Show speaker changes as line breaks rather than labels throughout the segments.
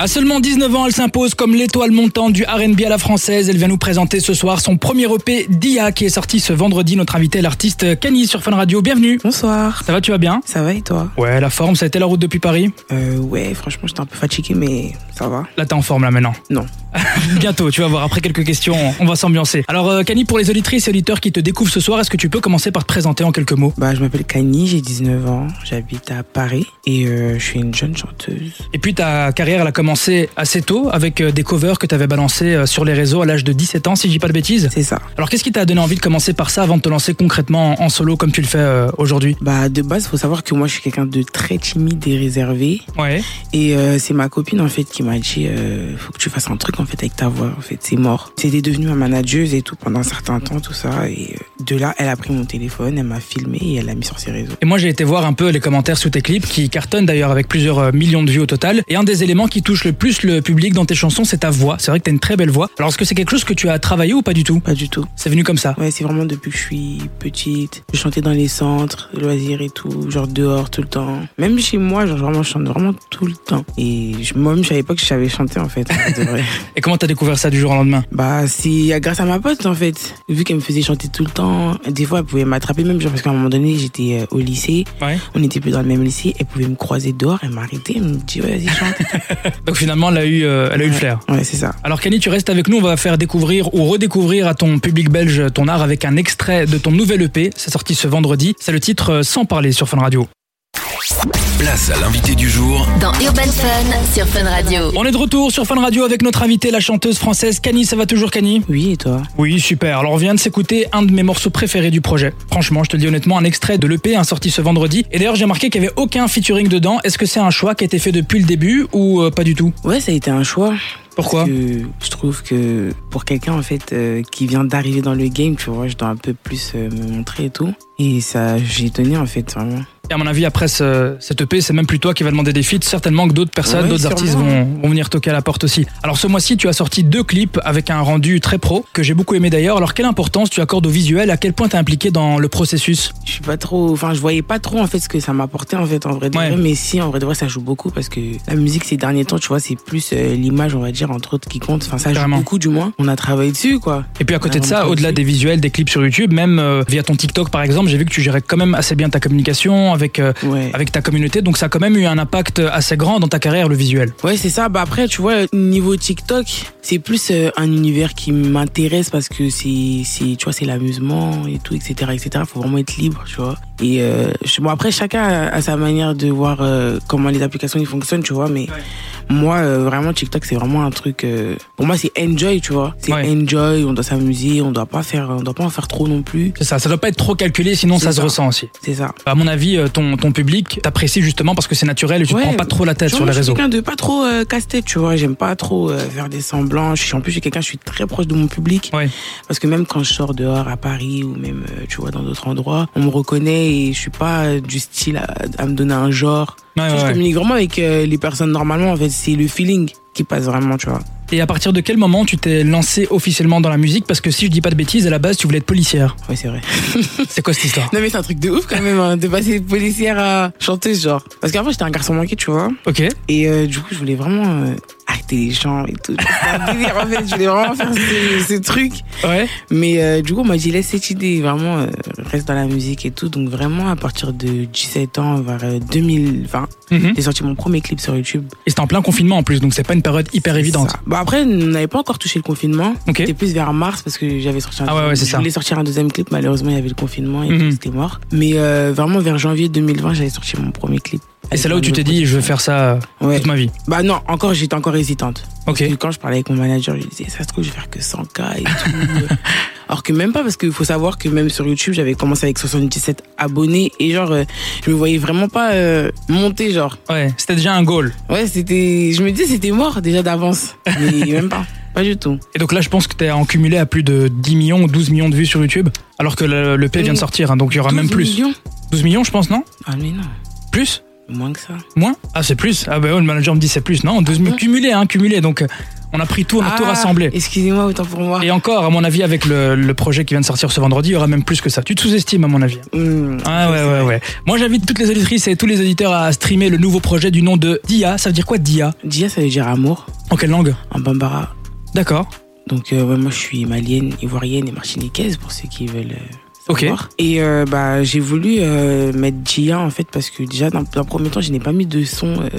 À seulement 19 ans, elle s'impose comme l'étoile montante du R&B à la française. Elle vient nous présenter ce soir son premier E EP Dia qui est sorti ce vendredi. Notre invité, l'artiste Cani sur Fun Radio. Bienvenue.
Bonsoir.
Ça va, tu vas bien
Ça va et toi
Ouais, la forme, ça a été la route depuis Paris.
Euh, ouais, franchement, j'étais un peu fatiguée, mais ça va.
Là, t'es en forme là maintenant.
Non.
Bientôt, tu vas voir. Après quelques questions, on va s'ambiancer. Alors, euh, Cani, pour les auditrices et auditeurs qui te découvrent ce soir, est-ce que tu peux commencer par te présenter en quelques mots
Bah, je m'appelle Kani, j'ai 19 ans, j'habite à Paris et euh, je suis une jeune chanteuse.
Et puis, ta carrière, elle a commencé assez tôt avec euh, des covers que t'avais balancés euh, sur les réseaux à l'âge de 17 ans, si je dis pas de bêtises.
C'est ça.
Alors, qu'est-ce qui t'a donné envie de commencer par ça avant de te lancer concrètement en en solo comme tu le fais euh, aujourd'hui
Bah, de base, faut savoir que moi, je suis quelqu'un de très timide et réservé.
Ouais.
Et euh, c'est ma copine, en fait, qui m'a dit euh, faut que tu fasses un truc, en fait, avec ta voix. En fait, c'est mort. C'était devenu ma manageuse et tout pendant un certain temps, tout ça. Et euh, de là, elle a pris mon téléphone, elle m'a filmé et elle l'a mis sur ses réseaux.
Et moi, j'ai été voir un peu les commentaires sous tes clips qui cartonnent d'ailleurs avec plusieurs euh, millions de vues au total. Et un des éléments qui touche le plus le public dans tes chansons, c'est ta voix. C'est vrai que t'as une très belle voix. Alors, est-ce que c'est quelque chose que tu as travaillé ou pas du tout
Pas du tout.
C'est venu comme ça.
Ouais, c'est vraiment depuis que je suis petite. Je chantais dans les centres, loisirs et tout, genre dehors tout le temps. Même chez moi, genre vraiment, je chante vraiment tout le temps. Et je- moi-même, je savais pas que je savais chanter en fait. de vrai.
Et comment t'as découvert ça du jour au lendemain
bah, c'est grâce à ma pote en fait. Vu qu'elle me faisait chanter tout le temps, des fois, elle pouvait m'attraper même, genre parce qu'à un moment donné, j'étais euh, au lycée.
Ouais.
On n'était plus dans le même lycée. Elle pouvait me croiser dehors, elle m'arrêtait, elle me dit, Ouais, vas-y, chante.
Donc finalement, elle a eu, euh, elle a eu le flair.
ouais, c'est ça.
Alors, Kani, tu restes avec nous. On va faire découvrir ou redécouvrir à ton public belge ton art avec un extrait de ton nouvel EP. C'est sorti ce vendredi. C'est le titre euh, Sans parler sur Fun Radio.
Place à l'invité du jour
dans Urban Fun sur Fun Radio.
On est de retour sur Fun Radio avec notre invitée, la chanteuse française Kani. Ça va toujours, Kani
Oui, et toi
Oui, super. Alors, on vient de s'écouter un de mes morceaux préférés du projet. Franchement, je te le dis honnêtement, un extrait de l'EP, un sorti ce vendredi. Et d'ailleurs, j'ai remarqué qu'il n'y avait aucun featuring dedans. Est-ce que c'est un choix qui a été fait depuis le début ou euh, pas du tout
Ouais, ça a été un choix.
Pourquoi
Parce que Je trouve que pour quelqu'un en fait euh, qui vient d'arriver dans le game, tu vois, je dois un peu plus euh, me montrer et tout. Et ça, j'ai tenu en fait vraiment.
Et à mon avis, après ce- cette EP, c'est même plus toi qui va demander des feats. Certainement que d'autres personnes,
Ouais,
d'autres
sûrement.
artistes vont, vont venir toquer à la porte aussi. Alors, ce mois-ci, tu as sorti deux clips avec un rendu très pro que j'ai beaucoup aimé d'ailleurs. Alors, quelle importance tu accordes au visuel À quel point t'es impliqué dans le processus
Je suis pas trop, enfin, je voyais pas trop en fait ce que ça m'apportait en fait en vrai de
Ouais.
vrai. Mais si en vrai de vrai, ça joue beaucoup parce que la musique ces derniers temps, tu vois, c'est plus euh, l'image, on va dire entre autres, qui compte. Enfin, ça joue
Carrément.
beaucoup du moins. On a travaillé dessus quoi.
Et puis à côté de
Ouais,
ça,
on
au-delà
peut
des visuels, des clips sur YouTube, même euh, via ton TikTok par exemple, j'ai vu que tu gérais quand même assez bien ta communication avec, euh,
Ouais.
avec ta communauté, donc ça a quand même eu un impact assez grand dans ta carrière, le visuel.
Ouais, c'est ça. Bah après, tu vois, niveau TikTok, c'est plus euh, un univers qui m'intéresse parce que c'est, c'est, tu vois, c'est l'amusement et tout, etc., etc. Faut vraiment être libre, tu vois. Et euh, je- bon, après, chacun a, a sa manière de voir euh, comment les applications ils fonctionnent, tu vois. Mais moi, euh, vraiment, TikTok, c'est vraiment un truc. euh, pour moi, c'est enjoy, tu vois. C'est
Ouais.
enjoy. On doit s'amuser. On doit pas faire, on doit pas en faire trop non plus.
C'est ça, ça doit pas être trop calculé, sinon
C'est
ça se
ça.
ressent aussi.
C'est ça.
À mon avis, euh, ton, ton public t'apprécie justement parce que c'est naturel et tu
Ouais,
te prends pas trop la tête
Tu
sur
vois,
les
moi, je suis
réseaux.
quelqu'un de pas trop euh, casse-tête, tu vois. J'aime pas trop euh, faire des semblants. Je suis, en plus, je suis quelqu'un, je suis très proche de mon public.
Ouais.
Parce que même quand je sors dehors à Paris ou même, euh, tu vois, dans d'autres endroits, on me reconnaît et je suis pas euh, du style à, à me donner un genre.
Ouais,
Tu vois,
ouais,
Je
ouais.
communique vraiment avec euh, les personnes normalement. En fait, c'est le feeling qui passe vraiment, tu vois.
Et à partir de quel moment tu t'es lancé officiellement dans la musique Parce que si je dis pas de bêtises, à la base tu voulais être policière.
Ouais, c'est vrai.
C'est quoi cette histoire
Non, mais c'est un truc de ouf quand même, hein, de passer de policière à chanteuse, genre. Parce qu'avant, j'étais un garçon manqué, tu vois.
Ok.
Et euh, du coup, je voulais vraiment euh, arrêter les gens et tout. C'était un délire, en fait. Je voulais vraiment faire ce, ce truc.
Ouais.
Mais euh, du coup, on m'a dit, laisse cette idée, vraiment, euh, reste dans la musique et tout. Donc vraiment, à partir de 17 ans vers euh, 2020,
Mhm.
j'ai sorti mon premier clip sur YouTube.
Et c'était en plein confinement en plus, donc c'est pas une période hyper évidente.
Ça. Bah après, on n'avait pas encore touché le confinement.
Ok.
C'était plus vers mars parce que j'avais sorti un
Ah ouais, ouais, c'est
je
ça.
voulais sortir un deuxième clip, malheureusement, il y avait le confinement et
Mhm.
tout, c'était mort. Mais euh, vraiment, vers janvier 2020, j'avais sorti mon premier clip.
Et c'est là où
Avec
tu
un
t'es
nouveau
dit, je veux
projet.
faire ça euh,
Ouais.
toute ma vie.
Bah non, encore, j'étais encore hésitante.
Ok.
Parce que quand je parlais avec mon manager, je lui disais, ça se trouve, je vais faire que 100K et tout. Alors que même pas, parce qu'il faut savoir que même sur YouTube, j'avais commencé avec 77 abonnés et genre, euh, je me voyais vraiment pas euh, monter, genre.
Ouais, c'était déjà un goal.
Ouais, c'était. Je me disais, c'était mort déjà d'avance. Mais même pas. Pas du tout.
Et donc là, je pense que t'es en cumulé à plus de 10 millions ou 12 millions de vues sur YouTube, alors que le, le P vient de sortir, hein, donc il y aura même
12
plus.
millions
12 millions, je pense, non
Ah, mais non.
Plus
Moins que ça.
Moins Ah, c'est plus Ah, bah ouais, le manager me dit c'est plus. Non, 12 millions
bon
cumulé, hein, cumulé. Donc euh, On a pris tout, on a tout
Ah,
rassemblé.
Excusez-moi, autant pour moi.
Et encore, à mon avis, avec le, le projet qui vient de sortir ce vendredi, il y aura même plus que ça. Tu te sous-estimes, à mon avis.
Mmh.
Ah ouais, ouais, ouais. Moi, j'invite toutes les auditrices et tous les auditeurs à streamer le nouveau projet du nom de Dia. Ça veut dire quoi, Dia
Dia, ça veut dire amour
En quelle langue
en bambara.
D'accord.
Donc, euh, ouais, moi, je suis malienne, ivoirienne et martiniquaise pour ceux qui veulent. euh,
Ok.
savoir. Et euh, bah, j'ai voulu euh, mettre Gia en fait parce que déjà, dans dans un premier temps, je n'ai pas mis de son euh,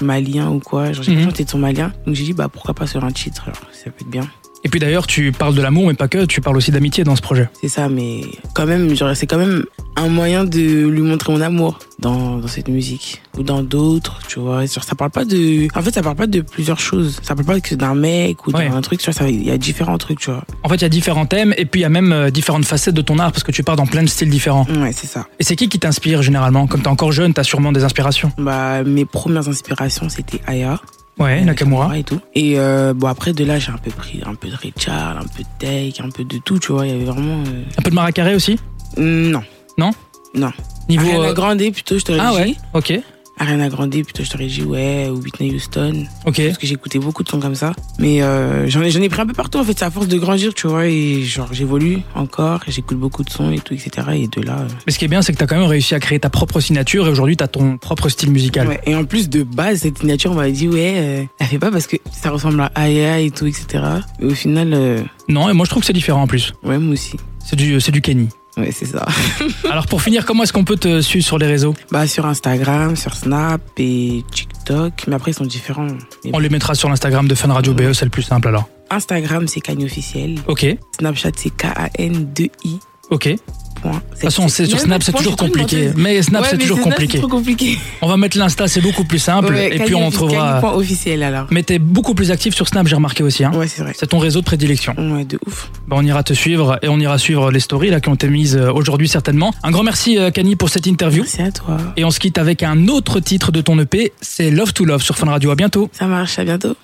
malien ou quoi. Genre, j'ai
Mhm.
pas chanté de son malien. Donc, j'ai dit, bah, pourquoi pas sur un titre alors, Ça peut être bien.
Et puis d'ailleurs, tu parles de l'amour, mais pas que, tu parles aussi d'amitié dans ce projet.
C'est ça, mais quand même, genre, c'est quand même un moyen de lui montrer mon amour dans, dans cette musique ou dans d'autres, tu vois. Genre, ça parle pas de. En fait, ça parle pas de plusieurs choses. Ça parle pas que d'un mec ou
Ouais.
d'un truc, tu vois. ça- Il y a différents trucs, tu vois.
En fait, il y a différents thèmes et puis il y a même euh, différentes facettes de ton art parce que tu pars dans plein de styles différents.
Ouais, c'est ça.
Et c'est qui qui t'inspire généralement Comme t'es encore jeune, t'as sûrement des inspirations.
Bah, mes premières inspirations, c'était Aya.
Ouais, Nakamura.
Et tout. Et euh, bon, après, de là, j'ai un peu pris un peu de Richard, un peu de Tech, un peu de tout, tu vois. Il y avait vraiment. euh,
Un peu de Maracaré aussi
Non.
Non
Non.
Niveau.
Ariana
euh,
Grande, plutôt, je t'aurais
Ah
dit.
ouais, ok.
Ariana Grande, plutôt, je t'aurais dit, ouais. Ou Whitney Houston.
Ok.
parce que j'écoutais beaucoup de sons comme ça. Mais euh, j'en ai, j'en ai pris un peu partout en fait, c'est à force de grandir, tu vois. Et genre j'évolue encore, et j'écoute beaucoup de sons et tout, etc. Et de là. euh,
Mais ce qui est bien, c'est que t'as quand même réussi à créer ta propre signature et aujourd'hui t'as ton propre style musical.
ouais. Et en plus de base, cette signature, on m'avait dit ouais, euh, la fais pas parce que ça ressemble à Aya et tout, etc. Et au final, euh,
Non, et moi je trouve que c'est différent en plus.
ouais, moi aussi.
C'est du, c'est du Kenny.
Ouais, c'est ça.
Alors pour finir, comment est-ce qu'on peut te suivre sur les réseaux
Bah sur Instagram, sur Snap et TikTok, mais après ils sont différents. Mais
On les mettra sur l'Instagram de Fun Radio BE, c'est le plus simple alors.
Instagram c'est Kanye officiel,
Ok,
Snapchat c'est K A N 2 I.
ok. De toute façon, c'est- sur Snap c'est toujours compliqué. Mais Snap c'est toujours compliqué.
trop compliqué.
On va mettre l'Insta, c'est beaucoup plus simple.
Ouais,
et puis on
Kanye- Kanye
trouvera.
point officiel alors.
Mais t'es beaucoup plus actif sur Snap, j'ai remarqué aussi. hein.
Ouais, c'est vrai.
C'est ton réseau de prédilection.
Ouais, de ouf.
Bah, on ira te suivre et on ira suivre les stories là qui ont été mises euh, aujourd'hui certainement. Un grand merci euh, Kanye pour cette interview.
Merci à toi.
E Et on se quitte avec un autre titre de ton EP, c'est Love to Love sur Fun Radio. À bientôt.
Ça marche, à bientôt.